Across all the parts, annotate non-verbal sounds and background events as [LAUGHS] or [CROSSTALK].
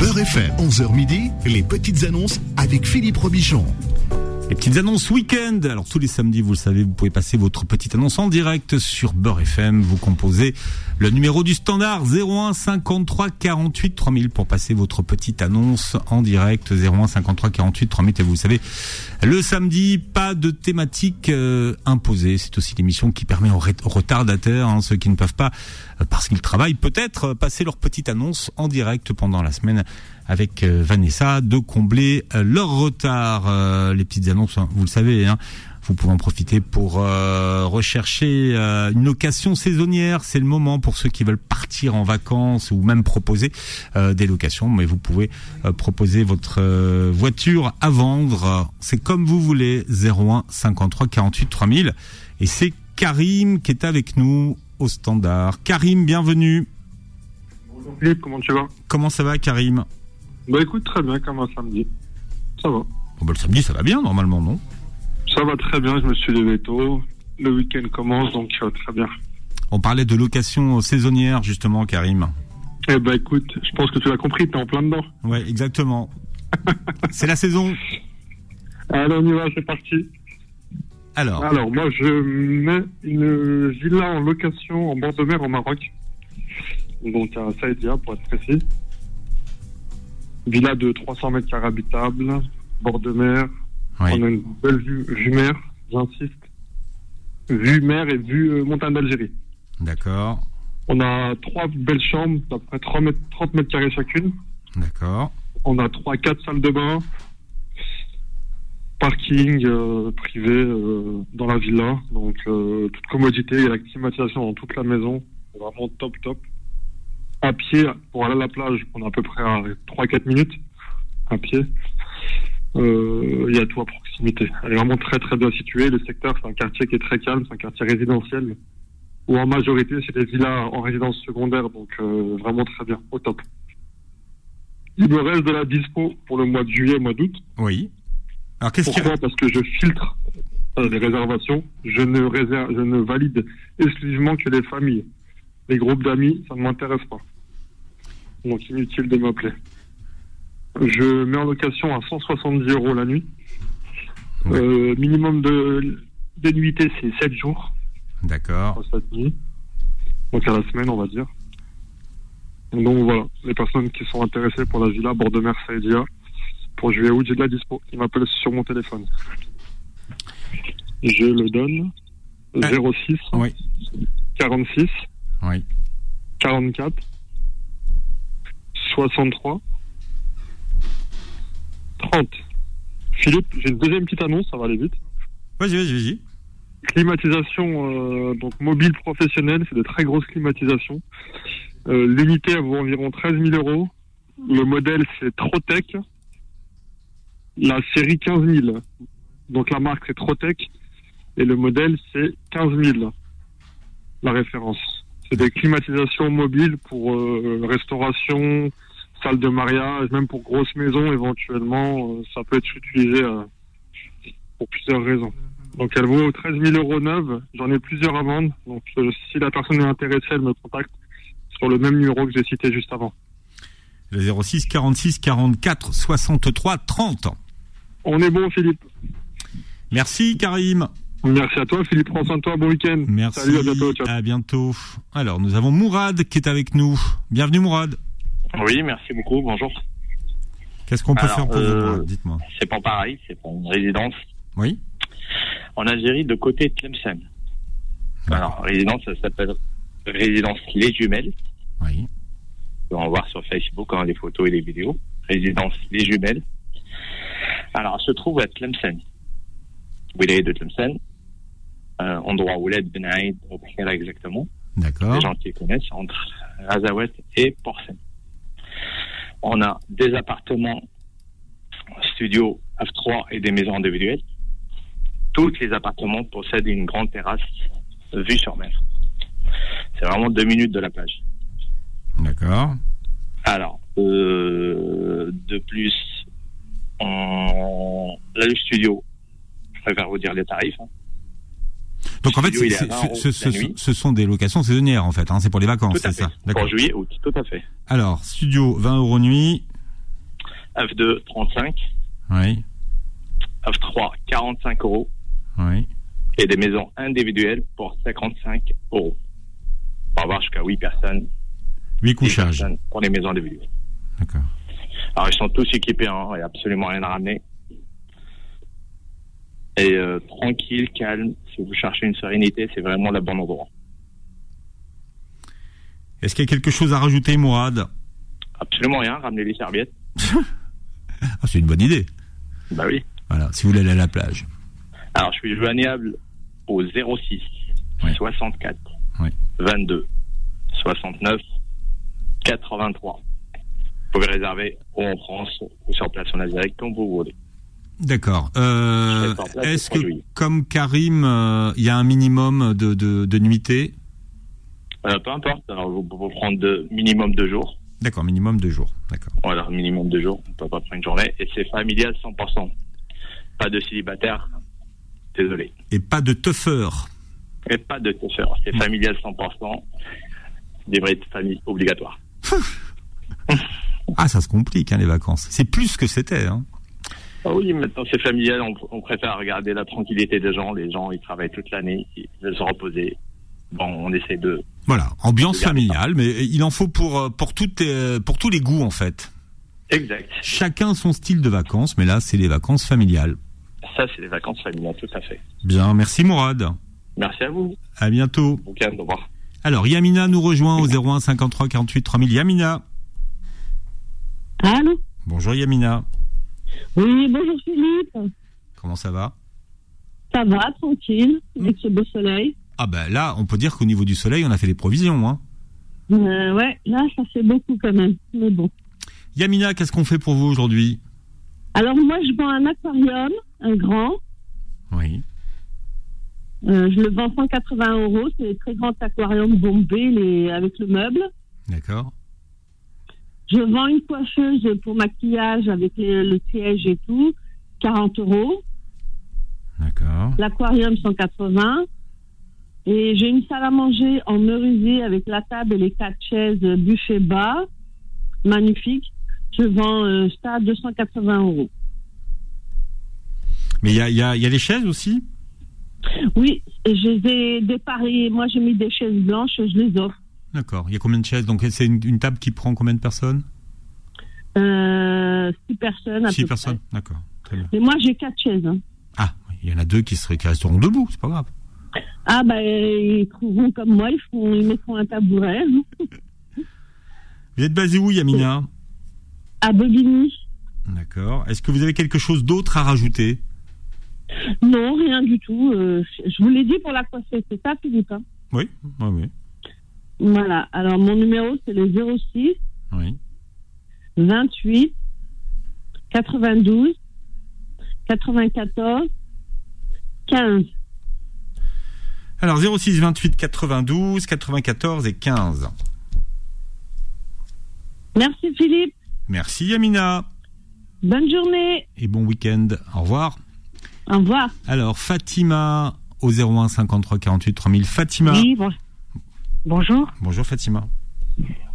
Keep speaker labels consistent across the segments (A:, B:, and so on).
A: Beurre FM. 11h midi, les petites annonces avec Philippe Robichon.
B: Les petites annonces week-end. Alors tous les samedis, vous le savez, vous pouvez passer votre petite annonce en direct sur Beurre FM. Vous composez le numéro du standard 01 53 48 3000 pour passer votre petite annonce en direct 01 53 48 3000. Et vous le savez, le samedi, pas de thématique euh, imposée. C'est aussi l'émission qui permet aux, ré- aux retardataires, hein, ceux qui ne peuvent pas euh, parce qu'ils travaillent, peut-être euh, passer leur petite annonce en direct pendant la semaine avec euh, Vanessa de combler euh, leur retard. Euh, les petites annonces, hein, vous le savez, hein, vous pouvez en profiter pour euh, rechercher euh, une location saisonnière. C'est le moment pour ceux qui veulent partir en vacances ou même proposer euh, des locations. Mais vous pouvez euh, proposer votre euh, voiture à vendre. C'est comme vous voulez. 01 53 48 3000. Et c'est Karim qui est avec nous au standard. Karim, bienvenue.
C: Bonjour Philippe, comment tu vas
B: Comment ça va, Karim
C: Bah écoute, très bien, comme un samedi. Ça va.
B: Bon, bah, Le samedi, ça va bien normalement, non
C: Ça va très bien, je me suis levé tôt. Le week-end commence, donc euh, très bien.
B: On parlait de location saisonnière justement, Karim.
C: Eh bah écoute, je pense que tu l'as compris, t'es en plein dedans. [LAUGHS]
B: Ouais, exactement. C'est la saison.
C: Allez, on y va, c'est parti.
B: Alors,
C: Alors, moi, je mets une villa Euh, en location en bord de mer au Maroc. Donc, à Saïdia, pour être précis. Villa de 300 mètres carrés habitable, bord de mer.
B: oui.
C: On a une belle vue, vue mer, j'insiste. Vue mer et vue euh, montagne d'Algérie.
B: d'accord,
C: On a trois belles chambres d'à peu près 3 mètres- 30 mètres carrés chacune.
B: d'accord.
C: On a trois, quatre salles de bain, parking euh, privé euh, dans la villa. Donc, euh, toute commodité, il y a la climatisation dans toute la maison. C'est Vraiment top, top. À pied, pour aller à la plage, on est à peu près à 3-4 minutes à pied. Euh, il y a tout à proximité. Elle est vraiment très, très bien située. Le secteur, c'est un quartier qui est très calme, c'est un quartier résidentiel. Où en majorité, c'est des villas en résidence secondaire, donc euh, vraiment très bien, au top. Il me reste de la dispo pour le mois de juillet, mois d'août.
B: Oui. Alors qu'est-ce qu'il y a
C: Pourquoi Parce que je filtre euh, les réservations. Je ne, réserve, je ne valide exclusivement que les familles. Les groupes d'amis, ça ne m'intéresse pas. Donc inutile de m'appeler. Je mets en location à 170 euros la nuit.
B: Ouais.
C: Euh, minimum de, de nuitée, c'est 7 jours.
B: D'accord.
C: Enfin, cette nuit. Donc à la semaine, on va dire. Donc voilà, les personnes qui sont intéressées pour la villa bord de mer Saïdia, pour juillet août, j'ai de la dispo. Ils m'appellent sur mon téléphone. Je le donne.
B: Ah.
C: 06
B: Oui.
C: 46
B: Oui.
C: 44 63 30. Philippe, j'ai une deuxième petite annonce, ça va aller vite.
B: Vas-y, vas-y, vas-y.
C: Climatisation euh, donc mobile professionnelle, c'est de très grosses climatisations. Euh, L'unité elle vaut environ 13 000 euros. Le modèle c'est Trotec. La série 15 000. Donc la marque c'est Trotec et le modèle c'est 15 000. La référence. C'est des climatisations mobiles pour euh, restauration, salle de mariage, même pour grosses maisons éventuellement. euh, ça peut être utilisé euh, pour plusieurs raisons. Donc elle vaut 13 000 euros neuve. J'en ai plusieurs à vendre. Donc euh, si la personne est intéressée, elle me contacte sur le même numéro que j'ai cité juste avant.
B: Le 06 46 44 63 30.
C: On est bon, Philippe.
B: Merci Karim.
C: Merci à toi, Philippe. Prends soin de toi. Bon week-end.
B: Merci.
C: Salut, à bientôt. Ciao.
B: À bientôt. Alors, nous avons Mourad qui est avec nous. Bienvenue Mourad.
D: Oui, merci beaucoup. Bonjour.
B: Qu'est-ce qu'on peut
D: Alors,
B: faire pour vous,
D: euh,
B: Mourad Dites-moi.
D: C'est pas pareil, c'est pas une résidence
B: Oui.
D: en Algérie de côté de Tlemcen. Alors, résidence, ça s'appelle Résidence Les Jumelles.
B: Oui.
D: On va voir sur Facebook hein, les photos et les vidéos. Résidence Les Jumelles. Alors, elle se trouve à Tlemcen. Wilaya de Tlemcen. Euh, endroit où l'aide Ben Aïd, au Bihira exactement.
B: D'accord.
D: les gens qui connaissent, entre Razawet et Porcel. On a des appartements studio F3 et des maisons individuelles. Tous les appartements possèdent une grande terrasse vue sur mer. C'est vraiment deux minutes de la plage.
B: D'accord.
D: Alors, euh, de plus, on... là, le studio, je préfère vous dire les tarifs. hein.
B: Donc en fait,
D: Studio,
B: c'est-
D: il est à
B: c'est-
D: 20 euros
B: ce, ce-
D: la nuit.
B: ce sont des locations saisonnières en fait. hein, c'est pour les vacances,
D: Tout à
B: c'est
D: fait.
B: ça.
D: Pour juillet, août, tout à fait.
B: Alors, studio 20 euros nuit.
D: F2, 35.
B: Oui,
D: F3, 45 euros.
B: oui.
D: Et des maisons individuelles pour 55 euros. Pour avoir jusqu'à 8 personnes.
B: 8
D: 10
B: couchages.
D: personnes Pour les maisons individuelles.
B: D'accord.
D: Alors, ils sont tous équipés, hein, il n'y a absolument rien à ramener. Et euh, tranquille, calme, si vous cherchez une sérénité, c'est vraiment le bon endroit.
B: Est-ce qu'il y a quelque chose à rajouter, Mourad
D: Absolument rien, ramenez les serviettes.
B: Ah, c'est une bonne idée.
D: Bah oui.
B: Voilà, si vous voulez aller à la plage.
D: Alors, je suis joignable au 06
B: Oui.
D: 64
B: Oui.
D: 22 69 83. Vous pouvez réserver ou en France ou sur place en Algérie, comme vous voulez.
B: D'accord. Euh,
D: Je sais pas, là,
B: Est-ce
D: c'est
B: que,
D: pas joli.
B: comme Karim, euh, il y a un minimum de, de, de nuitées
D: Euh, peu importe, alors vous pouvez prendre de, minimum deux jours.
B: D'accord, minimum de jours. D'accord.
D: Voilà, minimum deux jours, on peut pas prendre une journée. Et c'est familial 100%. Pas de célibataire, désolé.
B: Et pas de teufeur.
D: Et pas de chauffeur, c'est familial 100%. Des vraies familles obligatoires.
B: Ah, ça se complique, hein, les vacances. C'est plus que c'était. Hein.
D: Ah oui, maintenant c'est familial, on, on préfère regarder la tranquillité des gens. Les gens, ils travaillent toute l'année, ils veulent se reposer. Bon, on essaie de...
B: Voilà, ambiance
D: Regardez
B: familiale, mais il en faut pour, euh, pour, toutes, euh, pour tous les goûts, en fait.
D: Exact.
B: Chacun son style de vacances, mais là, c'est les vacances familiales.
D: Ça, c'est les vacances familiales, tout à fait.
B: Bien, merci Mourad.
D: Merci à vous.
B: À bientôt.
D: Bon week-end, au revoir.
B: Alors, Yamina nous rejoint au 01 53 48 3000. Yamina.
E: Allô
B: Bonjour Yamina.
E: Oui, bonjour Philippe.
B: Comment ça va
E: Ça va, tranquille, avec ce beau soleil.
B: Ah ben là, on peut dire qu'au niveau du soleil, on a fait les provisions. Hein.
E: Euh, ouais, là, ça fait beaucoup quand même, mais bon.
B: Yamina, qu'est-ce qu'on fait pour vous aujourd'hui
E: Alors moi, je vends un aquarium, un grand.
B: Oui.
E: Euh, je le vends 180 euros. C'est les très grands aquariums bombés les... avec le meuble.
B: D'accord.
E: Je vends une coiffeuse pour maquillage avec le, le siège et tout, 40 euros.
B: D'accord.
E: L'aquarium, 180. Et j'ai une salle à manger en merisier avec la table et les quatre chaises euh, buffet bas. Magnifique. Je vends euh, ça à 280 euros.
B: Mais il y a, il y a- il y a les chaises aussi
E: Oui, et je les ai déparés. Moi, j'ai mis des chaises blanches, je les offre.
B: D'accord. Il y a combien de chaises Donc c'est une, une table qui prend combien de personnes
E: Euh, six personnes à
B: Six
E: peu près.
B: personnes. D'accord. Très bien.
E: Mais moi, j'ai quatre chaises. hein.
B: Ah, oui, il y en a deux qui, seraient, qui resteront debout, c'est pas grave.
E: Ah, ben, ils trouveront comme moi, ils, feront, ils mettront un tabouret hein,
B: Vous êtes basé où, Yamina
E: à Bobigny.
B: D'accord. Est-ce que vous avez quelque chose d'autre à rajouter
E: Non, rien du tout. euh, je vous l'ai dit pour la coiffeuse, c'est ça, Philippe. hein.
B: Oui, oui, oui.
E: Voilà. Alors, mon numéro, c'est le 06
B: Oui.
E: 28 92 94 15.
B: Alors 06 28 92 94 et 15.
E: Merci, Philippe.
B: Merci Yamina
E: Bonne journée.
B: et bon week-end. Au revoir.
E: Au
B: Ah.
E: revoir.
B: Alors Fatima au 01 53 48 3000. Fatima.
F: Oui, bon- bonjour.
B: Bonjour Fatima.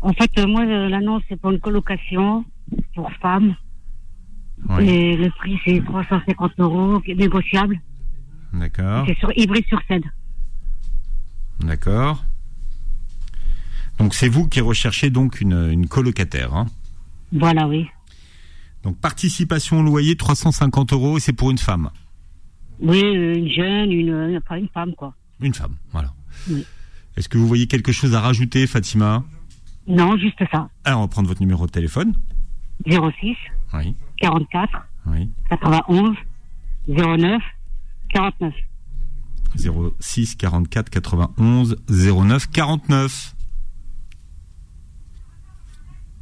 F: En fait, euh, moi, euh, l'annonce, c'est pour une colocation pour femmes.
B: Oui.
F: Et le prix, c'est 350 euros, négociable.
B: D'accord.
F: C'est sur Ivry-sur-Seine.
B: D'accord. Donc c'est vous qui recherchez donc une, une colocataire. hein.
F: Voilà, oui.
B: Donc participation au loyer 350 euros et c'est pour une femme.
F: Oui, euh, une jeune, une, euh, enfin, une femme, quoi.
B: Une femme, voilà.
F: Oui.
B: Est-ce que vous voyez quelque chose à rajouter Fatima
F: Non, juste ça.
B: Alors on va prendre votre numéro de téléphone.
F: 06
B: Oui,
F: 44
B: oui.
F: 91 09 49.
B: 06 44 91 09 49.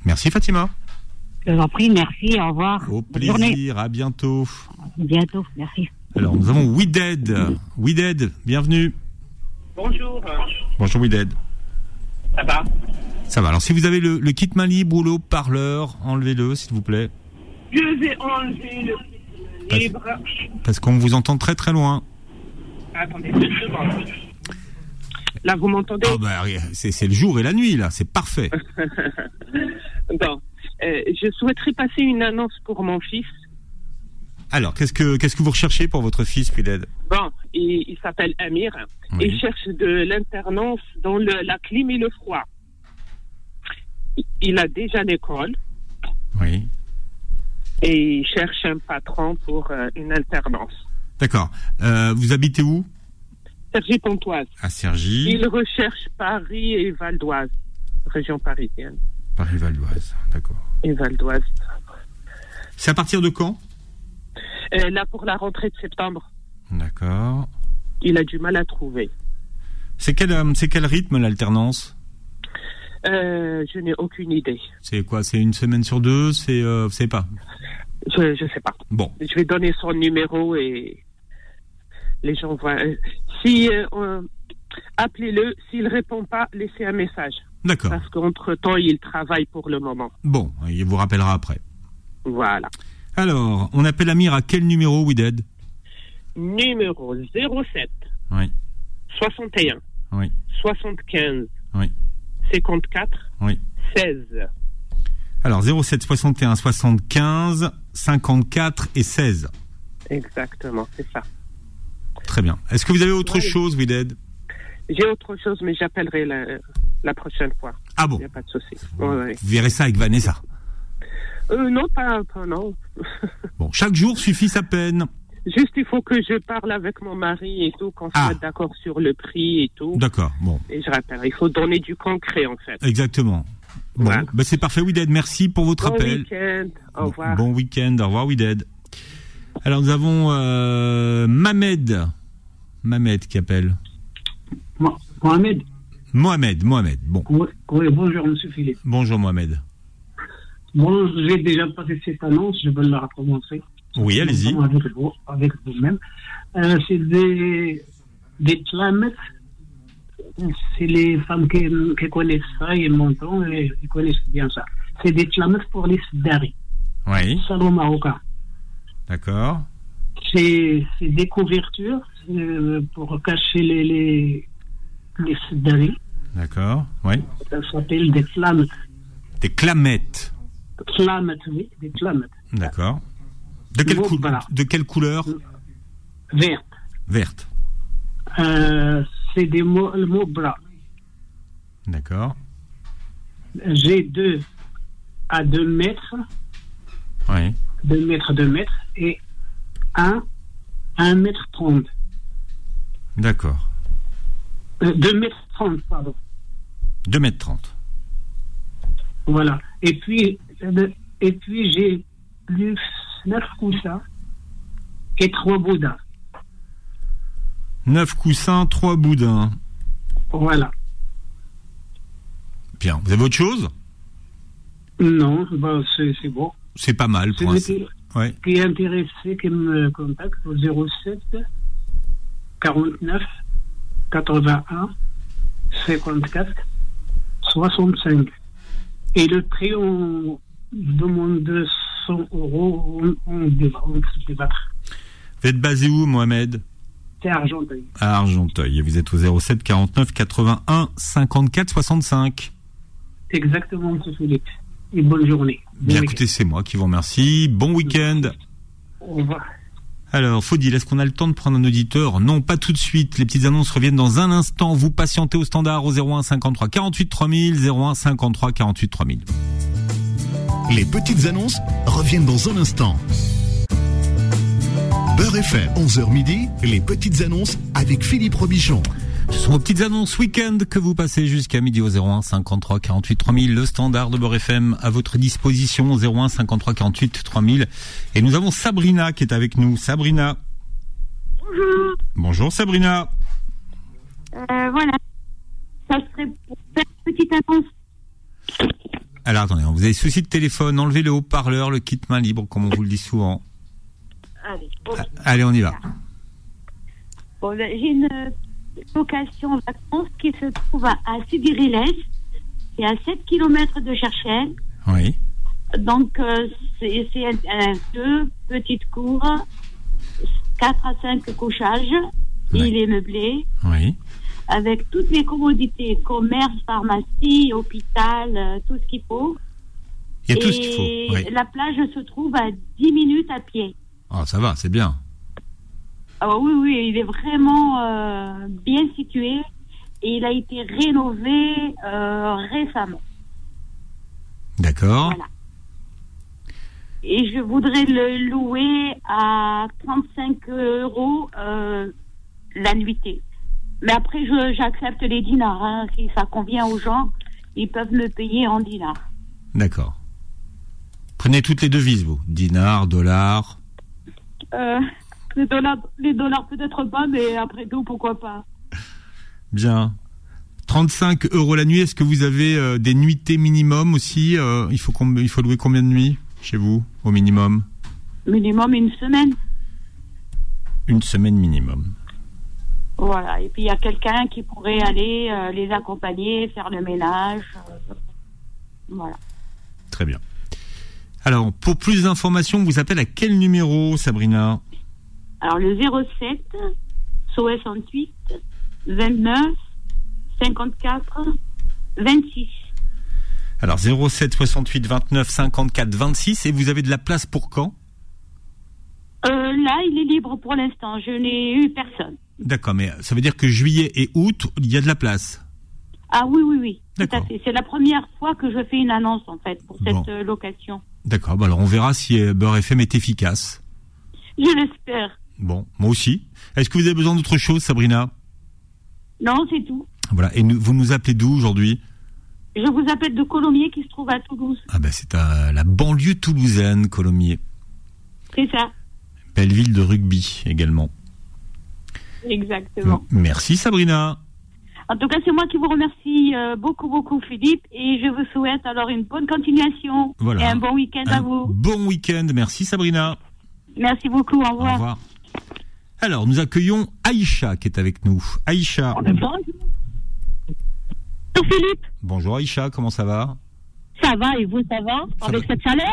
B: Merci Fatima.
F: Je vous en prie, merci, au revoir.
B: Au
F: Bonne journée.
B: plaisir, à bientôt.
F: À bientôt, merci.
B: Alors nous avons We Dead. We Dead, bienvenue.
G: Bonjour,
B: Bonjour We Dead.
G: ça va
B: Ça va, alors si vous avez le, le kit main libre ou le parleur, enlevez-le s'il vous plaît.
G: Je vais enlever le libre.
B: Parce qu'on vous entend très très loin.
H: [LAUGHS]
G: Attendez deux secondes. Là, vous m'entendez
H: [LAUGHS]
B: Ah bah, c'est c'est le jour et la nuit là, c'est parfait.
G: Bon. Euh,
H: euh, je souhaiterais passer une annonce pour mon fils.
B: Alors, qu'est-ce que, qu'est-ce que vous recherchez pour votre fils, Piled
H: Bon, il, il s'appelle Amir.
B: Oui.
H: Il cherche de l'internance dans le- la clim et le froid. Il- Il a déjà l'école
B: Oui.
H: et il cherche un patron pour euh, une alternance.
B: D'accord. Euh, vous habitez où
H: Sergi Pontoise.
B: À Cergy.
H: Il recherche Paris et Val d'Oise, région parisienne
B: Paris-Val d'Oise. D'accord.
H: et Val d'Oise.
B: C'est à partir de quand
H: Euh, là, pour la rentrée de septembre,
B: D'accord.
H: il a du mal à trouver.
B: C'est quel, euh, c'est quel rythme l'alternance
H: Euh, je n'ai aucune idée.
B: C'est quoi C'est une semaine sur deux C'est, euh, vous savez pas.
H: Je je sais pas.
B: Bon.
H: Je vais donner son numéro et les gens voient. euh, Si euh, on- appelez-le, s'il répond pas, laissez un message
B: D'accord.
H: parce qu'entre temps il travaille pour le moment.
B: Bon, il vous rappellera après.
H: Voilà.
B: Alors, on appelle Amir à quel numéro, Wided
H: Numéro 07
B: Oui.
H: 61
B: Oui.
H: 75
B: Oui.
H: 54
B: Oui.
H: 16.
B: Alors, 07 61 75 54 et 16.
H: Exactement, c'est ça.
B: Très bien. Est-ce que vous avez autre
H: Ouais.
B: chose, Wided
H: J'ai autre chose, mais j'appellerai la, la prochaine fois.
B: Ah bon
H: Il n'y a pas de souci. Ouais, ouais.
B: Vous verrez ça avec Vanessa.
H: Euh, non, pas, pas non.
B: Bon, chaque jour suffit sa peine.
H: Juste, il faut que je parle avec mon mari et tout, qu'on
B: Ah.
H: soit d'accord sur le prix et tout.
B: D'accord, bon,
H: Et je rappelle, il faut donner du concret, en fait.
B: exactement. Bon,
H: Voilà.
B: bah, c'est parfait, Wided. Merci pour votre
H: Bon
B: appel.
H: week-end, au revoir.
B: Bon week-end, au revoir, Wided. Alors, nous avons euh, Mamed. Mamed qui appelle.
I: Mo- Mohamed,
B: Mohamed, Mohamed. Bon,
I: oui, oui, bonjour Monsieur Philippe.
B: bonjour, Mohamed.
I: Bon, j'ai déjà passé cette annonce, je vais la recommencer.
B: Oui, allez-y.
I: Avec vous, avec vous-même. Euh, c'est des, des clamets. C'est les femmes qui, qui connaissent ça, ils m'entendent et ils connaissent bien ça. C'est des clamets pour les Dari,
B: Oui,
I: salon marocain.
B: d'accord.
I: C'est c'est des couvertures euh, pour cacher les, les, les Dari.
B: D'accord, oui.
I: Ça s'appelle des clamets.
B: Des clamettes.
I: Clamets, oui, des clamets.
B: D'accord. De quelle,
I: Bon,
B: cou-
I: voilà.
B: de quelle couleur
I: Vert.
B: Verte.
I: Euh, c'est des mots, le mot bras.
B: D'accord.
I: G2 à 2 mètres,
B: Oui.
I: 2 mètres, 2 mètres, et 1 1 mètre 30.
B: D'accord.
I: 2 Euh, mètres 30, pardon.
B: 2 mètres 30.
I: Voilà. Et puis, euh, et puis j'ai plus 9 coussins et 3 boudins.
B: 9 coussins, 3 boudins.
I: Voilà.
B: Bien. Vous avez autre chose
I: Non, bah, c'est c'est bon.
B: C'est pas mal pour un...
I: Celui qui,
B: Ouais.
I: qui est intéressé, qui me contacte au 07 49 81 54 65. Et le prix, on demande 100 euros, on, on débat, on se débattra.
B: Vous êtes basé où, Mohamed
I: C'est argentin.
B: À Argenteuil. Et Vous êtes au 07 49 81 54 65.
I: Exactement, M. Philippe. Et bonne journée.
B: Bien
I: Bon
B: écoutez, c'est moi qui vous remercie. Bon week-end.
I: week-end. Au revoir.
B: Alors, Faudil, est-ce qu'on a le temps de prendre un auditeur Non, pas tout de suite. Les petites annonces reviennent dans un instant. Vous patientez au standard au 01 53 48 3000, 01 53 48 3000.
A: Les petites annonces reviennent dans un instant. Beurre FM, 11h midi, les petites annonces avec Philippe Robichon.
B: Ce sont vos petites annonces week-end que vous passez jusqu'à midi au 01 53 48 3000. Le standard de Beurre FM à votre disposition au 01 53 48 3000. Et nous avons Sabrina qui est avec nous. Sabrina. Bonjour Sabrina.
J: Euh, voilà. Ça serait pour faire une petite annonce.
B: Alors attendez, vous avez souci de téléphone, enlevez le haut-parleur, le kit main libre comme on vous le dit souvent.
J: Allez, ok.
B: Allez, on y va.
J: Bon, ben, j'ai une euh, location vacances qui se trouve à, à Sigiriles. C'est à 7 km de Cherchel.
B: Oui.
J: Donc, euh, c'est c'est, euh, deux petites cours, 4 à 5 couchages.
B: Ouais.
J: Il est meublé
B: Oui.
J: avec toutes les commodités, commerce, pharmacie, hôpital, euh, tout ce qu'il faut.
B: Il y a tout ce qu'il faut.
J: Et
B: oui.
J: La plage se trouve à 10 minutes à pied.
B: Ah, ça va, c'est bien.
J: Ah oui, oui, il est vraiment euh, bien situé et il a été rénové euh, récemment.
B: D'accord.
J: Et je voudrais le louer à 35 euros euh, la nuitée. Mais après, je- j'accepte les dinars. hein. Si ça convient aux gens, ils peuvent me payer en dinars.
B: D'accord. Prenez toutes les devises, vous. Dinars, dollars.
E: Euh, les dollars, les dollars peut-être pas, mais après tout, pourquoi pas.
B: Bien. 35 euros la nuit. Est-ce que vous avez euh, des nuitées minimum aussi Euh, il, faut com- il faut louer combien de nuits chez vous, au minimum
J: Minimum une semaine.
B: Une semaine minimum.
J: Voilà. Et puis, il y a quelqu'un qui pourrait aller euh, les accompagner, faire le ménage. euh, voilà.
B: Très bien. Alors, pour plus d'informations, on vous appelez à quel numéro, Sabrina
J: Alors, le 07 68 29 54 26.
B: Alors, 07 68 29 54 26. Et vous avez de la place pour quand
J: Euh, là, il est libre pour l'instant. Je n'ai eu personne.
B: D'accord, mais ça veut dire que juillet et août, il y a de la place.
J: Ah oui, oui, oui. Tout à fait. C'est la première fois que je fais une annonce, en fait, pour cette
B: Bon.
J: euh, location.
B: D'accord, bah alors on verra si euh, Beurre FM est efficace.
J: Je l'espère.
B: Bon, moi aussi. Est-ce que vous avez besoin d'autre chose, Sabrina
J: Non, c'est tout.
B: Voilà, et nous- vous nous appelez d'où aujourd'hui
J: Je vous appelle de Colomiers qui se trouve à Toulouse.
B: Ah ben c'est à la banlieue toulousaine, Colomiers.
J: C'est ça.
B: Belle ville de rugby également.
J: Exactement.
B: Merci Sabrina. Mm.
J: En tout cas, c'est moi qui vous remercie euh, beaucoup, beaucoup, Philippe. Et je vous souhaite alors une bonne continuation.
B: Voilà.
J: Et un bon week-end à
B: Un
J: vous.
B: Bon week-end, merci Sabrina.
J: Merci beaucoup. Au
B: Au
J: revoir.
B: revoir. Alors, nous accueillons Aïcha qui est avec nous. Aïcha.
K: Bonjour Philippe,
B: Bonjour Aïcha, comment ça va
K: ça va et vous ça va Avec cette chaleur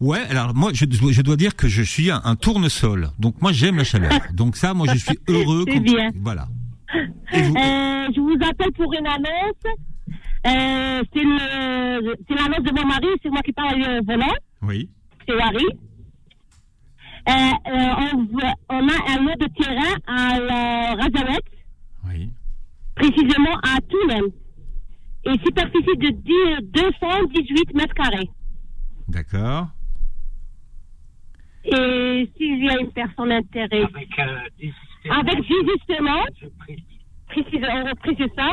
B: Ouais, alors moi, je, dois- je dois dire que je suis un, un tournesol. Donc moi, j'aime la chaleur. Donc ça, moi, je
K: [LAUGHS]
B: suis heureux.
K: C'est
B: quand-
K: bien.
B: Voilà.
K: [LAUGHS] Euh, Je vous appelle pour une annonce. Euh, c'est le- c'est l'annonce de mon mari, c'est moi qui parle au volant,
B: Oui.
K: c'est Harry. Euh, euh, on, veut- on a un lot de terrain à la Razalette, précisément à Toulon, et superficie de 10 218 mètres carrés.
B: D'accord.
K: Et s'il y a une personne intéressée. Avec, justement. Précise, on précise ça.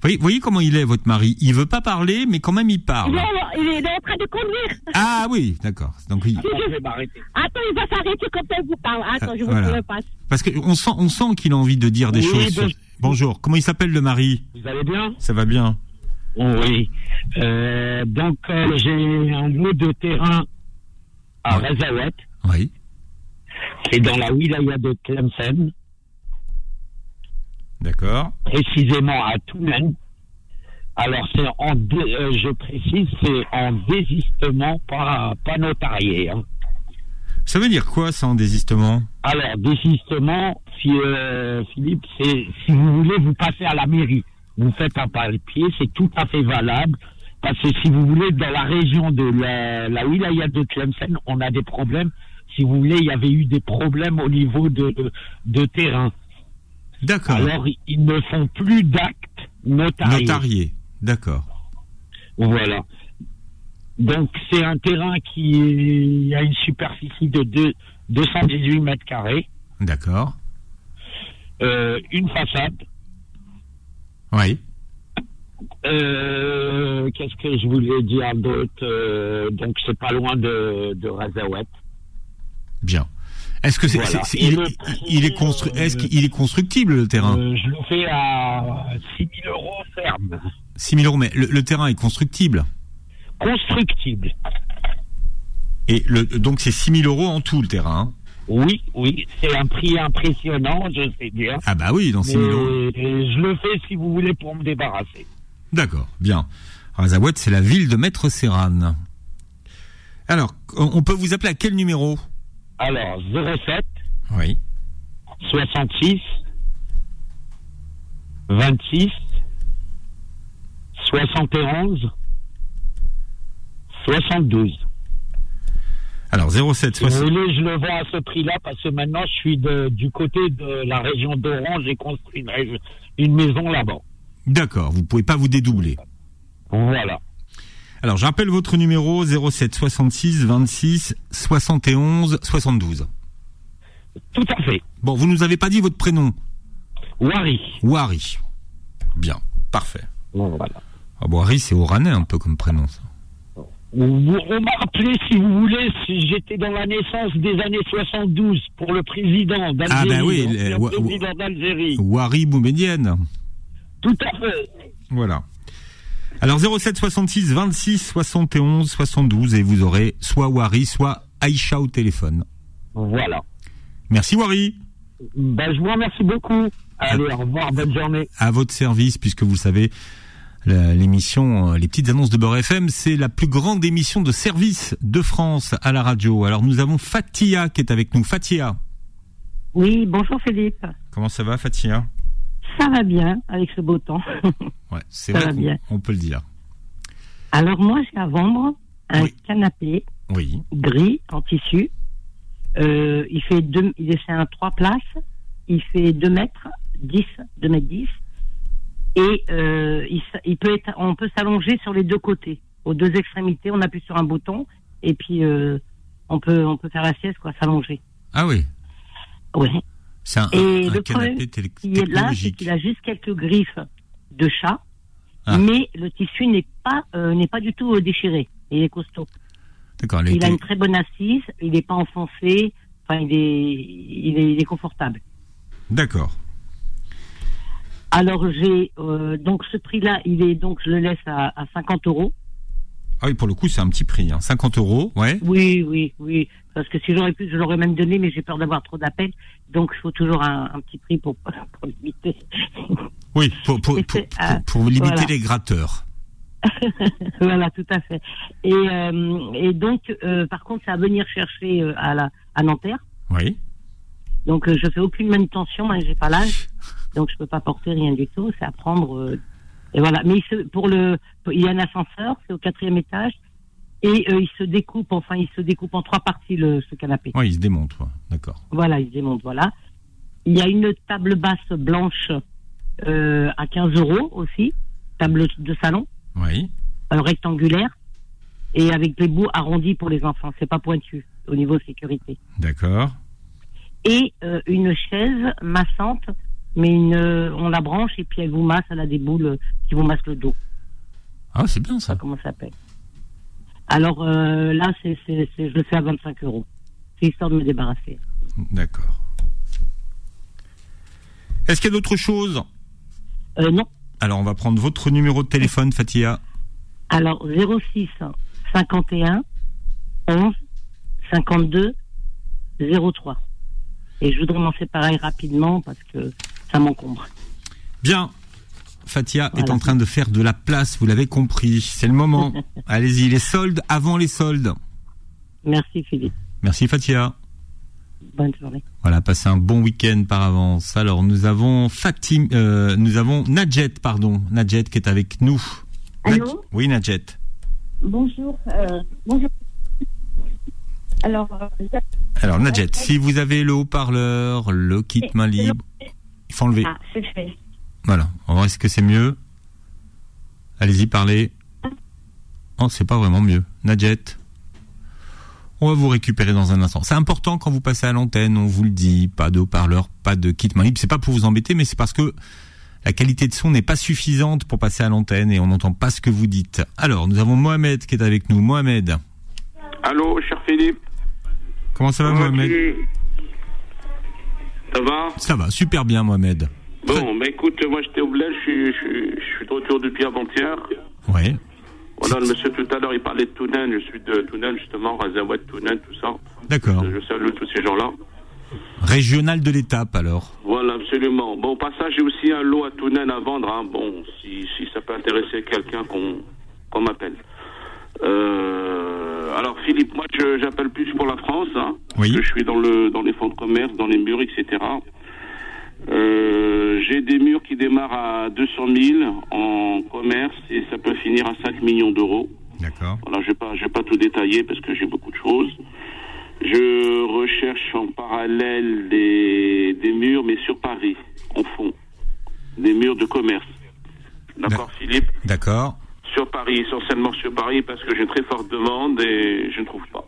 B: Voyez, voyez comment il est, votre mari. Il veut pas parler, mais quand même, il
K: Il,
B: parle.
K: est, il est en train de conduire.
B: Ah oui, d'accord. Donc il-
K: Attends, il va s'arrêter quand elle vous parle. Attends, je vous
B: Voilà.
K: le passe.
B: Parce qu'on sent, on sent qu'il a envie de dire des
K: Oui,
B: choses.
K: bon-
B: Bonjour. Comment il s'appelle le mari
L: Vous allez bien
B: Ça va bien.
L: Oui. Euh, donc, euh, j'ai un lot de terrain à Razawat.
B: Oui.
L: C'est dans la wilaya de Tlemcen,
B: D'accord.
L: précisément à Toumen. Alors, c'est en dé- euh, je précise, c'est en désistement, pas, pas notarié. hein.
B: Ça veut dire quoi, ça, en désistement
L: Alors, désistement, si, euh, Philippe, c'est si vous voulez, vous passez à la mairie. Vous faites un papier, c'est tout à fait valable. Parce que si vous voulez, dans la région de la, la wilaya de Tlemcen, on a des problèmes. Si vous voulez, il y avait eu des problèmes au niveau de, de, de terrain.
B: D'accord.
L: Alors, ils ne font plus d'actes notariés.
B: Notarié. D'accord.
L: Voilà. Donc, c'est un terrain qui a une superficie de deux- 218 mètres carrés.
B: D'accord.
L: Euh, une façade.
B: Oui.
L: Euh, Qu'est-ce que je voulais dire d'autre Euh, Donc, c'est pas loin de, de Razawet.
B: Bien. Est-ce que c'est,
L: Voilà.
B: c'est- c'est-
L: Et
B: il,
L: le
B: est- il est constru- est-ce qu'il est constructible le terrain
L: Euh, je le fais à 6 000 euros ferme.
B: 6 000 euros, mais le, le terrain est constructible.
L: Constructible.
B: Et le, donc c'est 6 000 euros en tout le terrain. hein
L: Oui, oui, c'est un prix impressionnant, je sais bien.
B: Ah bah oui, dans 6 000
L: Mais euh,
B: euros.
L: Je le fais, si vous voulez, pour me débarrasser.
B: D'accord, bien. Razawat, c'est la ville de Maître Serran. Alors, on on peut vous appeler à quel numéro
L: Alors, 07
B: Oui.
L: 66 26 71 72.
B: Alors 07
L: Si vous
B: 60.
L: voulez, je le vends à ce prix-là parce que maintenant, je suis de- du côté de la région d'Orange. J'ai construit une, ré- une maison là-bas.
B: D'accord, vous pouvez pas vous dédoubler.
L: Voilà.
B: Alors, je rappelle votre numéro 07 66 26 71 72.
L: Tout à fait.
B: Bon, vous nous avez pas dit votre prénom.
L: Wari.
B: Wari. Bien, parfait.
L: Voilà.
B: Ah bon, Wari, c'est oranais un peu comme prénom. ça.
L: Vous vous m'appelez, si vous voulez, si j'étais dans la naissance des années 72 pour le président d'Algérie.
B: Ah, ben oui,
L: l'ancien
B: le- wa- wa-
L: président d'Algérie.
B: Wari Boumedienne.
L: Tout à fait.
B: Voilà. Alors 07 66 26 71 72 et vous aurez soit Wari, soit Aïcha au téléphone.
L: Voilà.
B: Merci Wari.
L: Ben, je vous remercie beaucoup. Allez, au revoir, bonne journée.
B: à votre service, puisque vous le savez, la- l'émission euh, Les Petites Annonces de Beurre FM, c'est la plus grande émission de service de France à la radio. Alors nous avons Fatia qui est avec nous. Fatia,
M: Oui, bonjour Philippe.
B: comment ça va Fatia
M: Ça va bien avec ce beau temps.
B: Ouais, c'est
M: Ça
B: vrai
M: va
B: qu'on-
M: bien.
B: on peut le dire.
M: Alors moi, j'ai à vendre un canapé
B: Oui.
M: gris en tissu. Euh, il fait deux, il est c'est un trois places. Il fait 2 mètres 10, 2 mètres 10. Et euh, il, s- il peut être, on peut s'allonger sur les deux côtés, aux deux extrémités. On appuie sur un bouton et puis euh, on peut on peut faire la sieste, quoi, s'allonger.
B: Ah oui.
M: Oui.
B: C'est un,
M: Et
B: un
M: le problème
B: canapé télé-
M: qui est là, c'est
B: technologique.
M: qu'il a juste quelques griffes de chat,
B: Ah.
M: mais le tissu n'est pas euh, n'est pas du tout euh, déchiré. Il est costaud.
B: D'accord. les
M: il a
B: télé-
M: une très bonne assise. Il n'est pas enfoncé. Enfin, il est il est, il est confortable.
B: D'accord.
M: Alors j'ai euh, donc ce prix-là, il est donc je le laisse à, à 50 euros.
B: Ah oui, pour le coup, c'est un petit prix. hein. 50 euros, ouais.
M: Oui, oui, oui. Parce que si j'aurais pu, je l'aurais même donné, mais j'ai peur d'avoir trop d'appels. Donc il faut toujours un, un petit prix pour, [LAUGHS] pour limiter.
B: Oui, pour, pour,
M: Et
B: pour,
M: c'est, [LAUGHS] ah,
B: pour- pour limiter
M: voilà.
B: les gratteurs.
M: [LAUGHS] voilà, tout à fait. Et, euh, et donc, euh, par contre, c'est à venir chercher euh, à, la, à Nanterre.
B: Oui.
M: Donc, euh, je fais aucune manutention, moi, j'ai pas l'âge, donc je peux pas porter rien du tout. C'est à prendre. euh, et voilà. Mais il se- pour le, pour- il y a un ascenseur, c'est au quatrième étage, et euh, il se découpe. Enfin, il se découpe en trois parties le, ce canapé.
B: Oui, ils se démontent, ouais. d'accord.
M: Voilà, il se démonte. Voilà. Il y a une table basse blanche euh, à 15 euros aussi, table de salon
B: Oui.
M: euh, rectangulaire et avec les bouts arrondis pour les enfants. C'est pas pointu au niveau sécurité.
B: D'accord.
M: Et euh, une chaise massante, mais une, euh, on la branche et puis elle vous masse, elle a des boules euh, qui vous massent le dos.
B: Ah, c'est bien
M: ça. Comment ça s'appelle Alors euh, là, c'est, c'est- c'est- je le fais à 25 euros. C'est histoire de me débarrasser.
B: D'accord. Est-ce qu'il y a d'autres choses
M: Euh, Non.
B: Alors, on va prendre votre numéro de téléphone, Fatia.
M: Alors 06 51 11 52 03. Et je voudrais m'en séparer rapidement parce que ça m'encombre.
B: Bien. Fatia est en train de faire de la place, vous l'avez compris. C'est le
M: [LAUGHS]
B: moment. Allez-y, les soldes avant les soldes.
M: Merci Philippe.
B: Merci, Fatia.
M: Bonne journée.
B: Voilà, passez un bon week-end par avance. Alors, nous avons Fatim, euh, nous avons Nadjet, pardon. Nadjet qui est avec nous.
N: Allô
B: Nadj- Oui, Nadjet.
N: Bonjour. euh, bonjour. Alors, euh,
B: Alors, Nadjet, si vous avez le haut-parleur, le kit main libre, il faut enlever.
N: ah, c'est fait.
B: Voilà. On va voir est-ce que c'est mieux. Allez-y, parlez. Oh, c'est pas vraiment mieux. Nadjet. On va vous récupérer dans un instant. C'est important quand vous passez à l'antenne, on vous le dit. Pas de haut-parleur, pas de kit main libre. C'est pas pour vous embêter, mais c'est parce que la qualité de son n'est pas suffisante pour passer à l'antenne et on n'entend pas ce que vous dites. Alors, nous avons Mohamed qui est avec nous. Mohamed.
O: Allô, cher Philippe.
B: Comment ça va, Mohamed
O: tu- Ça va
B: Ça va, super bien, Mohamed.
O: Bon, bah écoute, moi j'étais au bled, je suis, je, suis- je suis de retour depuis avant-hier.
B: Ouais.
O: Voilà, le monsieur tout à l'heure, il parlait de Tounen, je suis de Tounen justement, Razawad, Tounen, tout ça.
B: D'accord.
O: Je salue tous ces gens-là.
B: Régional de l'étape, alors.
O: Voilà, absolument. Bon, au passage, j'ai aussi un lot à Tounen à vendre. Hein. Bon, si, si ça peut intéresser quelqu'un qu'on qu'on m'appelle. Euh, alors, Philippe, moi, je- j'appelle plus pour la France. Hein,
B: oui.
O: Parce que je suis dans, le, dans les fonds de commerce, dans les murs, etc. Euh, j'ai des murs qui démarrent à 200 000 en commerce et ça peut finir à 5 millions d'euros.
B: D'accord.
O: Voilà, je vais pas, je vais pas tout détailler parce que j'ai beaucoup de choses. Je recherche en parallèle des, des murs, mais sur Paris, en fond. Des murs de commerce. D'accord, Philippe
B: D'accord.
O: Sur Paris, essentiellement sur Paris, parce que j'ai une très forte demande et je ne trouve pas.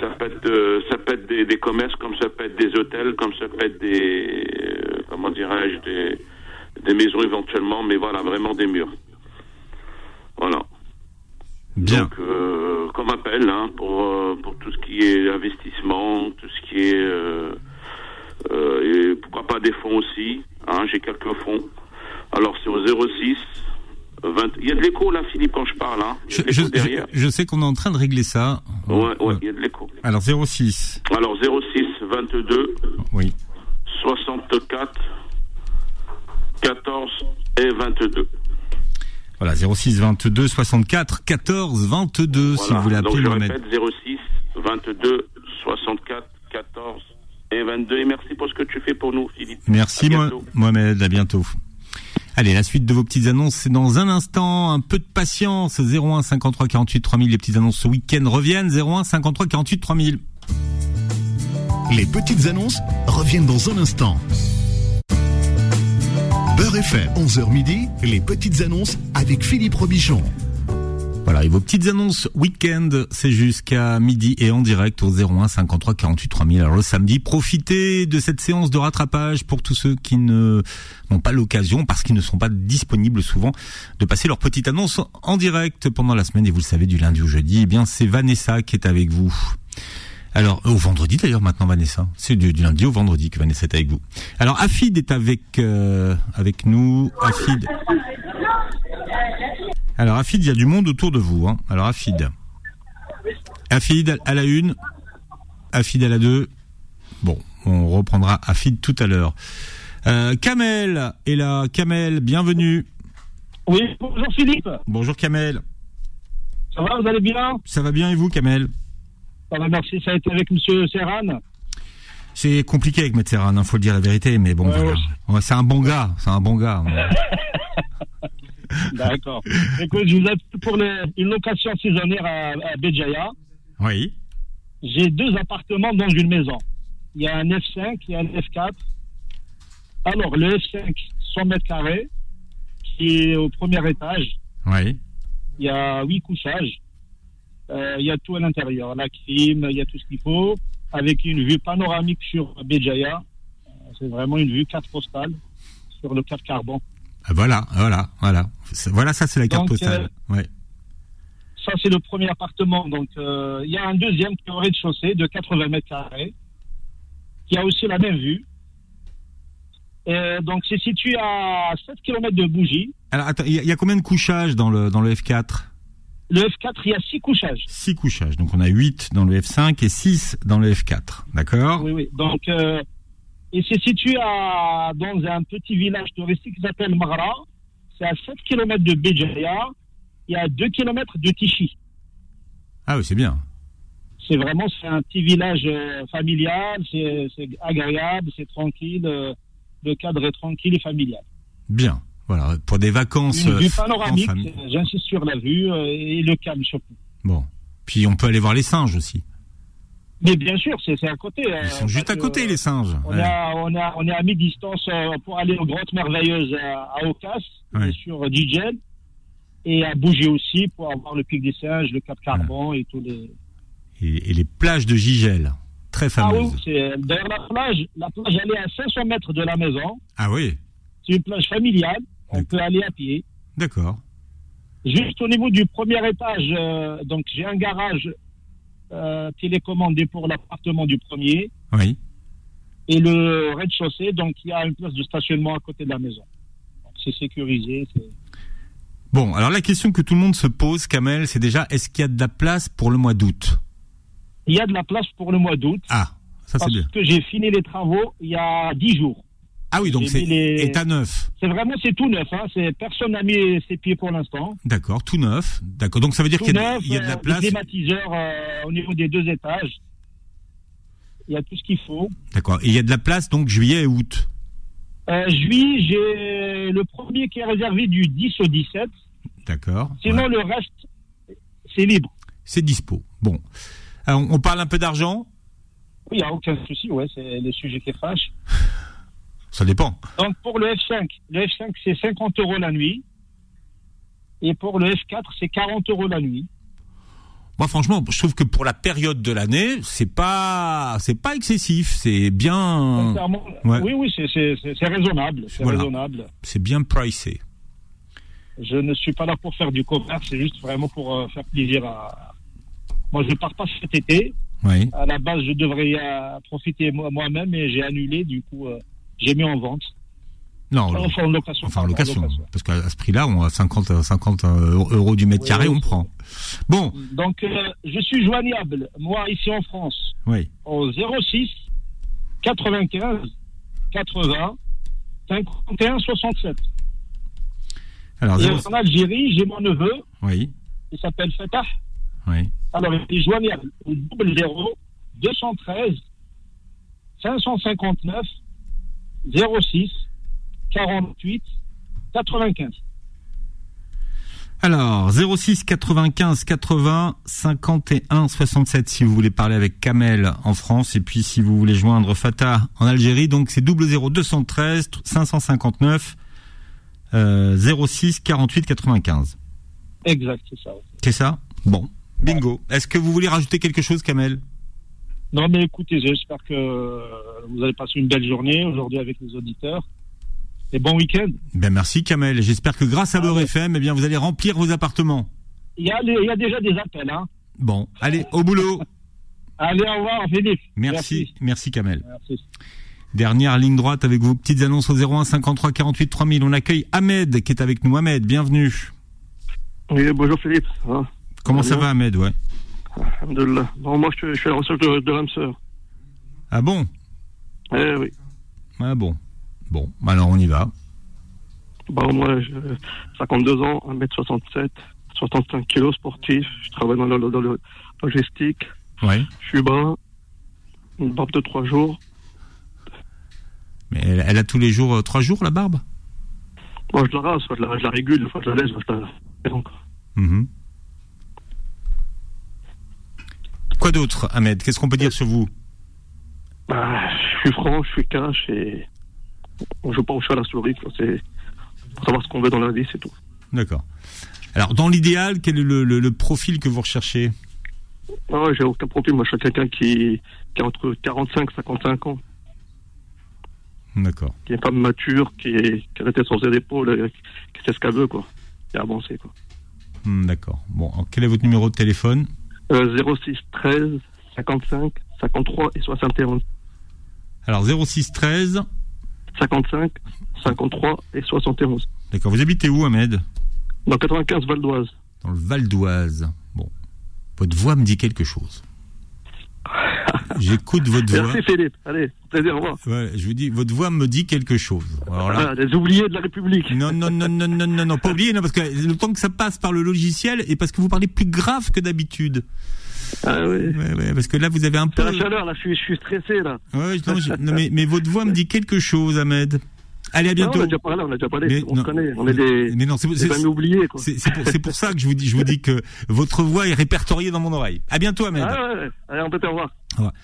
O: Ça peut être, euh, ça peut être des, des commerces, comme ça peut être des hôtels, comme ça peut être des, euh, comment dirais-je, des, des maisons éventuellement, mais voilà, vraiment des murs. Voilà.
B: Bien.
O: Donc, euh, comme appel, hein, pour, euh, pour tout ce qui est investissement, tout ce qui est, euh, euh, et pourquoi pas des fonds aussi. Hein, J'ai quelques fonds. Alors, c'est au 06 20. Il y a de l'écho là, Philippe, quand je parle. Hein. Il y
B: Je,
O: a de
B: je-
O: l'écho derrière.
B: je- je sais qu'on est en train de régler ça.
O: Ouais, ouais, il y a de l'écho.
B: Alors 06.
O: Alors, 06 22
B: Oui.
O: 64 14 et 22.
B: Voilà, 06 22 64 14 22 si
O: Voilà.
B: vous voulez
O: Donc,
B: appeler
O: je
B: Mohamed.
O: répète 06 22 64 14 et 22. Et merci pour ce que tu fais pour nous, Philippe.
B: Merci
O: À
B: Mo-
O: bientôt.
B: Mohamed, à bientôt. Allez, la suite de vos petites annonces, c'est dans un instant. Un peu de patience. 01 53 48 3000. Les petites annonces ce week-end reviennent. 01 53 48 3000.
A: Les petites annonces reviennent dans un instant. Beurre FM, 11h midi, les petites annonces avec Philippe Robichon.
B: Voilà, et vos petites annonces week-end, c'est jusqu'à midi et en direct au 01 53 48 3000. Alors le samedi, profitez de cette séance de rattrapage pour tous ceux qui ne n'ont pas l'occasion, parce qu'ils ne sont pas disponibles souvent, de passer leur petite annonce en direct pendant la semaine. Et vous le savez, du lundi au jeudi, eh bien c'est Vanessa qui est avec vous. Alors, au vendredi d'ailleurs maintenant Vanessa. C'est du, du lundi au vendredi que Vanessa est avec vous. Alors Afid est avec euh, avec nous. Afid. Alors Afid, il y a du monde autour de vous. Hein. Alors Afid. Afid à la une. Afid à la deux. Bon, on reprendra Afid tout à l'heure. Euh, Kamel est là. Kamel, bienvenue.
P: Oui, bonjour Philippe.
B: Bonjour Kamel.
P: Ça va, vous allez bien
B: Ça va bien et vous Kamel
P: Ça va, merci. Ça a été avec Monsieur Serran.
B: C'est compliqué avec Metzeran, il faut le dire la vérité, mais bon,
P: Ouais,
B: voilà.
P: ouais.
B: Ouais, c'est un bon gars, c'est un bon gars.
P: D'accord. Écoute, je vous appelle pour les- une location saisonnière à, à Béjaïa.
B: Oui.
P: J'ai deux appartements dans une maison. Il y a un F5 et un F4. Alors, le F5, 100 mètres carrés, qui est au premier étage.
B: Oui.
P: Il y a huit couchages. Euh, il y a tout à l'intérieur. La clim, il y a tout ce qu'il faut. Avec une vue panoramique sur Béjaïa. Euh, C'est vraiment une vue carte postale sur le cap carbon.
B: Ah, Voilà, voilà, voilà. C'est- Voilà, ça c'est la carte
P: Donc, euh,
B: postale. Ouais.
P: Ça, c'est le premier appartement. Donc, euh, il y a un deuxième qui est au rez-de-chaussée de 80 mètres carrés, qui a aussi la même vue. Euh, donc, c'est situé à 7 km de Bougie.
B: Alors attends, il y, a- il y a combien de couchages dans le, dans le F4
P: Le F4, il y a 6 couchages.
B: 6 couchages, donc on a 8 dans le F5 et 6 dans le F4, d'accord
P: Oui, oui. Donc, euh, et c'est situé à, dans un petit village touristique qui s'appelle Magra. C'est à 7 km de Béjaïa et à 2 km de Tichy.
B: Ah oui, c'est bien.
P: C'est vraiment c'est un petit village euh, familial, c'est c'est agréable, c'est tranquille, euh, le cadre est tranquille et familial.
B: Bien, voilà, pour des vacances
P: Une vue
B: euh,
P: panoramique,
B: en famille.
P: euh, j'insiste sur la vue euh, et le calme surtout.
B: Bon, puis on peut aller voir les singes aussi.
P: Mais bien sûr, c'est c'est à côté. euh,
B: Ils sont juste à
P: parce que,
B: côté les singes.
P: On,
B: Ouais.
P: est à, on, est à- on est à mi-distance euh, pour aller aux Grottes Merveilleuses à, à Ocas,
B: Ouais.
P: sur Djidjel, et à Bougie aussi pour avoir le Pic des Singes, le Cap Carbon et tous les.
B: Et, et les plages de Gigel, très
P: Ah oui,
B: fameuses.
P: c'est- d'ailleurs la plage, la plage elle est à 500 mètres de la maison.
B: Ah oui,
P: C'est une plage familiale, on peut aller à pied.
B: d'accord.
P: Juste au niveau du premier étage, euh, donc j'ai un garage euh, télécommandé pour l'appartement du premier
B: Oui.
P: et le rez-de-chaussée, donc il y a une place de stationnement à côté de la maison. Donc, C'est sécurisé. c'est-
B: Bon, alors la question que tout le monde se pose, Kamel, c'est déjà est-ce qu'il y a de la place pour le mois d'août
P: Il y a de la place pour le mois d'août.
B: Ah, ça c'est
P: parce
B: bien.
P: que j'ai fini les travaux il y a 10 jours.
B: Ah oui, donc
P: J'ai
B: c'est
P: mis les-
B: est à neuf.
P: C'est vraiment c'est tout neuf. Hein. c'est- Personne n'a mis ses pieds pour l'instant.
B: D'accord, tout neuf. D'accord, donc ça veut dire
P: Tout
B: qu'il y, a
P: neuf,
B: de- il y a de
P: euh,
B: la
P: des
B: place.
P: climatiseurs, euh, au niveau des deux étages. Il y a tout ce qu'il faut.
B: D'accord, et il y a de la place donc juillet et août.
P: Euh, juillet, j'ai le premier qui est réservé du 10 au 17.
B: D'accord.
P: Sinon, le reste, c'est libre.
B: C'est dispo. Bon. Alors, on parle un peu d'argent
P: Oui, il n'y a aucun souci, ouais, c'est les sujets qui fâchent.
B: [SIGHS] Ça dépend.
P: Donc pour le F5, le F5 c'est 50 euros la nuit. Et pour le F4, c'est 40 euros la nuit.
B: Moi, franchement, je trouve que pour la période de l'année, c'est pas, c'est pas excessif, c'est bien.
P: Sincèrement,
B: Ouais.
P: Oui, oui, c'est- c'est c'est- c'est raisonnable. C'est
B: Voilà.
P: raisonnable.
B: C'est bien pricé.
P: Je ne suis pas là pour faire du commerce, c'est juste vraiment pour euh, faire plaisir à. Moi, je ne pars pas cet été.
B: Oui.
P: À la base, je devrais euh, profiter moi- moi-même et j'ai annulé. Du coup, euh, j'ai mis en vente.
B: Non, le-
P: Enfin, en location.
B: enfin en
P: pardon,
B: location, parce qu'à à ce prix-là, on a 50, 50 euros du mètre
P: Oui,
B: carré,
P: oui,
B: on
P: c'est-
B: prend. Bon,
P: Donc, euh, je suis joignable, moi, ici en France,
B: oui.
P: au 06 95 80 51 67.
B: Alors,
P: Et
B: zéro-
P: en Algérie, j'ai mon neveu,
B: oui,
P: il s'appelle Fatah.
B: oui.
P: Alors, il est joignable au double 0 213 559 06 48 95.
B: Alors, 06 95 80 51 67 si vous voulez parler avec Kamel en France et puis si vous voulez joindre Fatah en Algérie, donc c'est 00 213 559 euh, 06 48 95.
P: Exact, c'est ça.
B: C'est ça Bon, bingo. Est-ce que vous voulez rajouter quelque chose Kamel
P: Non, mais écoutez, j'espère que euh, vous allez passer une belle journée aujourd'hui avec les auditeurs. Et bon week-end. Ah,
B: Ben merci Kamel, j'espère que grâce à Beurre FM, eh bien vous allez remplir vos appartements.
P: Il y, a les- il y a déjà des appels. Hein.
B: Bon, allez, au boulot.
P: [LAUGHS] Allez, au revoir, Philippe.
B: Merci, merci, Kamel.
P: Merci.
B: Dernière ligne droite avec vos petites annonces au 01 53 48 3000. On accueille Ahmed qui est avec nous. Ahmed, bienvenue.
Q: Oui, bonjour Philippe. Ah,
B: Comment
Q: Ça
B: ça
Q: va
B: va Ahmed ouais.
Q: Alhamdoulilah. Non, moi je, je suis à la recherche de, de l'âme sœur.
B: Ah bon
Q: Eh oui.
B: Ah bon. Bon, alors on y va.
Q: Bon, moi, j'ai 52 ans, 1m67, 65 kg sportif. Je travaille dans la dans le- la logistique.
B: Ouais.
Q: Je suis brun. Une barbe de 3 jours.
B: Mais elle, elle a tous les jours, euh, trois jours la barbe
Q: Moi, je la rase, fois je la, je la régule, fois je la laisse, fois je la. Et donc,
B: Mhm. Quoi d'autre Ahmed Qu'est-ce qu'on peut dire sur vous
Q: bah, je suis franc, je suis cash et on joue pas au chat à la souris. quoi. C'est pour savoir ce qu'on veut dans la vie, c'est tout.
B: D'accord. Alors dans l'idéal, quel est le, le- le profil que vous recherchez
Q: Ah, j'ai aucun problème. Moi, je suis quelqu'un qui, qui a entre 45 et 55 ans.
B: D'accord.
Q: qui est femme mature, qui, est, qui a la tête sur ses épaules, euh, qui sait ce qu'elle veut, quoi. Qui a avancé, quoi.
B: Hmm, D'accord. Bon, alors, quel est votre numéro de téléphone
Q: Euh, 06 13 55 53 et 71.
B: Alors 06 13
Q: 55 53 et 71.
B: D'accord. Vous habitez où, Ahmed
Q: Dans 95 Val d'Oise.
B: Dans le Val d'Oise. Bon. Votre voix me dit
Q: [LAUGHS]
B: quelque chose. J'écoute votre voix.
Q: Merci Philippe. Allez, plaisir, au revoir.
B: Ouais, je vous dis, votre voix me dit quelque chose. Alors là-
Q: Ah, les oubliés de la République.
B: Non, non, non, non, non, non, non, pas oublié, non, parce que le temps que ça passe par le logiciel et parce que vous parlez plus grave que d'habitude.
Q: Ah oui.
B: Ouais, ouais, parce que là, vous avez un peu.
Q: C'est la chaleur, là, je suis, je suis stressé, là.
B: Euh. Ouais, je- non, je- non, mais, mais votre voix me dit quelque chose, Ahmed. Allez, à
Q: Non,
B: bientôt.
Q: on a déjà parlé, on a déjà parlé, on se
B: non,
Q: connaît, on est des-
B: mais non, c'est,
Q: des
B: c'est-
Q: amis oubliés, quoi.
B: C'est, c'est pour, c'est pour ça que je vous dis, je vous dis que votre voix est répertoriée dans mon oreille. À bientôt, Ahmed.
Q: Ah ouais, ouais. Allez, on peut te revoir.
B: Au revoir.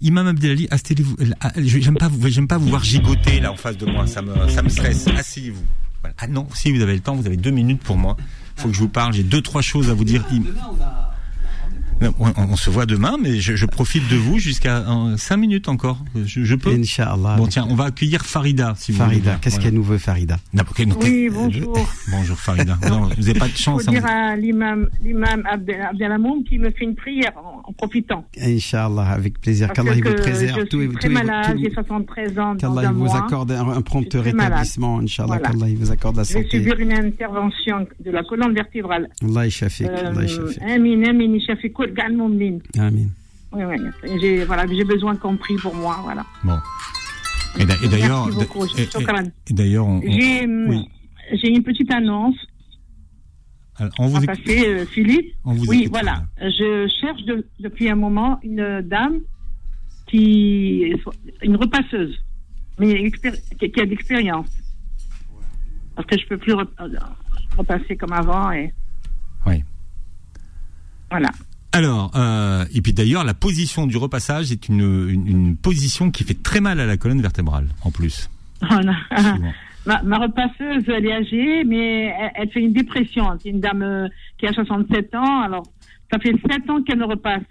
B: Imam Abdelali, asseyez-vous. Ah, je- J'aime pas, vous- j'aime pas vous voir gigoter là en face de moi. Ça me, ça me stresse. Asseyez-vous. Voilà. Ah non, si vous avez le temps, vous avez deux minutes pour moi. Faut que je vous parle. J'ai deux, trois choses à vous dire. Im- Non, on, on se voit demain, mais je, je profite de vous jusqu'à euh, cinq minutes encore. Je, je peux.
R: Inch'Allah.
B: Bon, tiens, on va accueillir Farida. Si vous voulez
R: Farida,
B: bien.
R: qu'est-ce
B: Voilà.
R: qu'elle nous veut, Farida
B: N'importe quelle-
S: Oui, bonjour.
B: [LAUGHS] Bonjour Farida. Non, vous n'avez pas de
S: Faut
B: chance. hein,
S: dire
B: vous-
S: à l'imam, l'imam Abdel- Abdelhamoum qui me fait une prière en, en profitant.
R: Inch'Allah, avec plaisir.
S: Parce
R: Qu'Allah il
S: que
R: vous préserve.
S: Je suis
R: tout-
S: très
R: tout-
S: malade,
R: tout-
S: j'ai 73 ans. dans
R: Qu'Allah
S: un
R: il vous
S: mois.
R: accorde un, un prompt
S: Je suis malade.
R: rétablissement, Inch'Allah.
S: Voilà.
R: Qu'Allah il vous accorde la
S: Je vais
R: santé.
S: subir une intervention de la colonne vertébrale.
R: Allah yshafik, Allah
S: Euh,
R: yshafik.
S: Amin, amin, yashafik, kul gal moumin.
R: Amin.
S: Oui, oui. J'ai voilà, j'ai besoin qu'on prie pour moi. Voilà.
B: Bon. Et d'a- et d'ailleurs,
S: Merci beaucoup,
B: et- et-
S: shukran.
B: et d'ailleurs, on, on-
S: J'ai hum,
B: oui.
S: j'ai une petite annonce
B: Alors, on vous
S: à
B: écoute.
S: passer, euh, Philippe.
B: On vous
S: oui,
B: écoute.
S: voilà. Je cherche de- depuis un moment une euh, dame qui est so- une repasseuse, mais expéri- qui qui a de l'expérience. euh, [LAUGHS] Parce que je peux plus rep- repasser comme avant. Et...
B: Oui.
T: Voilà.
B: Alors, euh, et puis d'ailleurs, la position du repassage est une, une, une position qui fait très mal à la colonne vertébrale, en plus.
S: Voilà.
B: Souvent.
S: [LAUGHS] Ma, ma repasseuse, elle est âgée, mais elle, elle fait une dépression. C'est une dame euh, qui a 67 ans. Alors, ça fait 7 ans qu'elle ne repasse.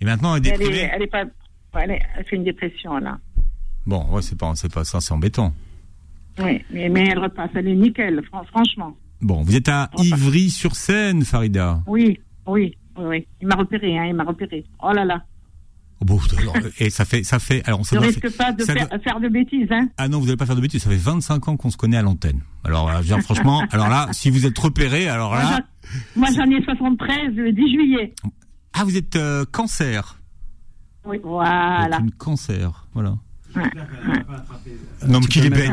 B: Et maintenant, elle est
S: Elle,
B: déprimée.
S: est, elle, est pas, elle, est- elle fait une dépression, là.
B: Bon, ouais, c'est pas, c'est pas ça, c'est embêtant.
S: Oui, mais, mais elle repasse. Elle est nickel, fran- franchement.
B: Bon, vous êtes à Ivry-sur-Seine, Farida.
S: Oui, oui, oui, oui. Il m'a repéré, hein, il m'a repéré. Oh là là.
B: Oh, bon, [LAUGHS] alors, et ça fait, ça fait, alors ça
S: ne
B: doit
S: risque
B: faire-
S: pas de
B: ça
S: faire,
B: doit-
S: faire de bêtises, hein.
B: Ah non, vous n'allez pas faire de bêtises. Ça fait 25 ans qu'on se connaît à l'antenne. Alors, euh, je veux dire, franchement, [LAUGHS] alors là, si vous êtes repéré, alors
S: Moi,
B: là,
S: j'en- Moi, j'en ai 73 le 10 juillet.
B: ah, vous êtes euh, cancer.
S: Oui,
B: Vous êtes
S: voilà.
B: une cancer, voilà.
R: Non,
B: mais qu'il est bête.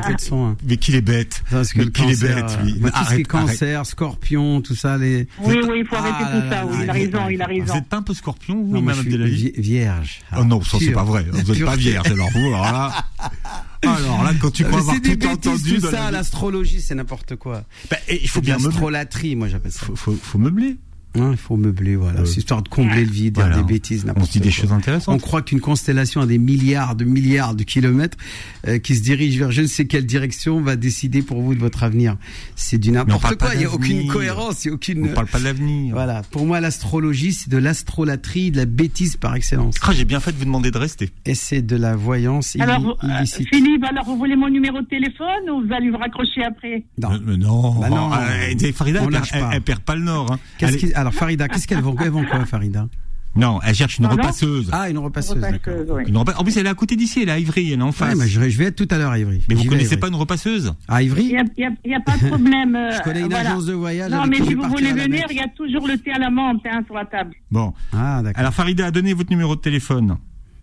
R: Mais
B: qu'il est bête.
R: Parce que
B: Mais
R: le
B: qu'il est
R: cancer,
B: bête,
R: euh,
B: lui.
R: moi, tout ce qui est
B: Arrête, arrête.
R: cancer, scorpion, tout ça, les.
S: Oui, oui, il faut arrêter
R: Ah
S: tout
R: là là là,
S: ça. oui, il
R: vous-
S: a raison, il a raison.
B: Vous n'êtes pas un peu scorpion, vous,
R: Non, moi,
B: Mme
R: je suis
B: Abdelali
R: vie- vierge. Ah,
B: Oh non, ça c'est
R: Pure.
B: pas vrai.
R: [LAUGHS]
B: Vous n'êtes pas
R: Pure.
B: vierge, alors vous, alors là. Alors là, quand tu
R: Euh, Mais
B: crois avoir
R: c'est des
B: tout
R: bêtises,
B: entendu
R: tout
B: dans la
R: ça,
B: vie- Bah,
R: l'astrologie, c'est n'importe quoi.
B: il faut
R: C'est de
B: bien meubler.
R: L'astrolaterie, moi j'appelle ça. Faut,
B: meubler.
R: Il faut meubler, voilà.
B: Euh,
R: C'est histoire de combler le vide,
B: voilà.
R: dire des bêtises,
B: On
R: n'importe
B: se dit des
R: quoi.
B: choses intéressantes.
R: On croit qu'une constellation à des milliards de milliards de kilomètres euh, qui se dirige vers je ne sais quelle direction va décider pour vous de votre avenir. C'est du
B: parle
R: n'importe
B: pas
R: quoi. Il n'y a
B: d'avenir.
R: aucune cohérence, il n'y a aucune.
B: On parle pas de l'avenir.
R: Voilà. Pour moi, l'astrologie, c'est de l'astrolaterie, de la bêtise par excellence.
B: Ah, j'ai bien fait de vous demander de rester.
R: Et c'est de la voyance illi-
S: Alors, euh,
R: illicite.
S: Philippe, alors vous voulez mon numéro de téléphone ou vous allez vous raccrocher après
R: Non.
B: Mais non.
R: Bah non.
B: Ah, et Farida,
R: On
B: elle, perd,
R: lâche
B: elle-
R: pas.
B: elle perd pas le nord. hein.
R: Qu'est-ce
B: Elle-
R: qui- Alors, Farida, qu'est-ce qu'elle vend Elle vend quoi, Farida
B: Non, elle cherche une
R: Pardon
B: repasseuse.
R: Ah, une repasseuse, d'accord.
B: Une repas- En plus, elle est à côté d'ici, elle est à Ivry, elle est en
R: Ouais,
B: face.
R: mais je, je vais être tout à l'heure à Ivry.
B: Mais vous
R: J'y vais à
B: connaissez
R: Ivry.
B: pas une repasseuse
R: À Ivry
S: Il n'y a, pas de problème. euh,
R: [LAUGHS] Je connais une
S: voilà.
R: agence de voyage
S: Non,
R: avec
S: mais
R: qui
S: si
R: je
S: vous
R: partirai
S: voulez
R: à la
S: venir,
R: Mecque.
S: il y a toujours le thé à la menthe hein, sur la table.
B: Bon.
R: Ah, d'accord.
B: Alors, Farida a donné votre numéro de téléphone.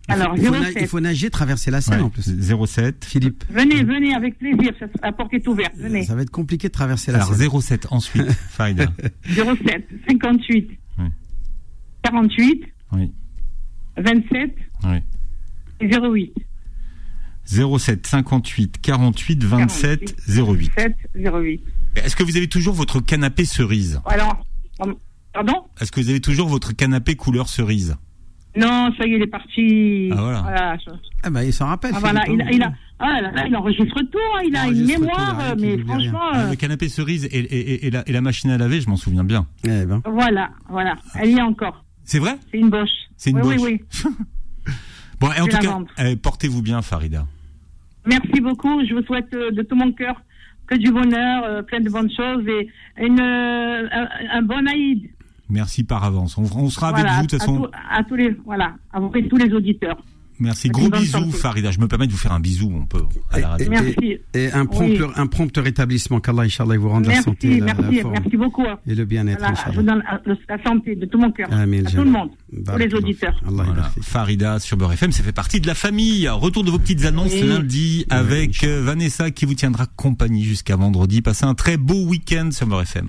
S: Alors,
R: il faut, na-
S: 07.
R: il faut nager, traverser la Seine
B: Ouais,
R: en plus.
B: 07.
R: Philippe.
S: Venez, venez, avec plaisir. ça- La porte est ouverte. Venez.
R: Ça va être compliqué de traverser la
B: Alors,
R: Seine.
B: 07
R: [LAUGHS]
B: ensuite, Farida.
S: 07 58
B: Oui.
S: 48
B: Oui.
S: 27
B: Oui.
S: 08
B: 07 58 48 27 08.
S: 7 08.
B: Mais Est-ce que vous avez toujours votre canapé cerise
S: Alors, hum, pardon
B: Est-ce que vous avez toujours votre canapé couleur cerise
S: Non, ça y est, il est parti.
B: Ah, voilà.
S: je-
R: Ah, bah, il s'en rappelle.
S: Ah, voilà, il,
R: Philippe,
S: a-
R: hein.
S: il a, ah, là, là, il enregistre tout, hein, il, a une mémoire, euh, mais franchement,
B: Ah,
S: euh,
B: Le canapé cerise et, et- et- et la, et la machine à laver, je m'en souviens bien.
S: ben. voilà, voilà, elle y est encore.
B: C'est vrai
S: C'est une boche.
B: C'est une
S: oui,
B: boche.
S: Oui, oui.
B: [LAUGHS] Bon, et en
S: Je
B: tout
S: la
B: cas,
S: vends.
B: euh, portez-vous bien, Farida.
S: Merci beaucoup, je vous souhaite euh, de tout mon cœur que du bonheur, euh, plein de bonnes choses et une, euh, un, un bon Aïd.
B: Merci par avance. On, on sera avec
S: Voilà,
B: vous, de toute
S: à
B: façon.
S: tous- À, tous les, voilà, à vous et tous les auditeurs.
B: Merci.
S: Une
B: Gros
S: bonne
B: bisous,
S: santé.
B: Farida. Je me permets de vous faire un bisou, on peut. à la radio.
S: Merci.
R: Et un prompt,
S: Oui.
R: un prompt rétablissement. Qu'Allah, Inch'Allah, il vous rende la
S: Merci,
R: santé, la, la
S: merci,
R: forme
S: merci beaucoup. hein.
R: et le bien-être,
S: Voilà, je vous
R: Inch'Allah.
S: donne la, la santé de tout mon cœur.
R: Amin,
S: à tout
R: Jalla.
S: le monde, tous les
R: Barakallah.
S: auditeurs.
B: Voilà. Farida sur Beurre FM, ça fait partie de la famille. Retour de vos petites annonces
S: Oui.
B: lundi avec euh, Vanessa qui vous tiendra compagnie jusqu'à vendredi. Passez un très beau week-end sur Beurre FM.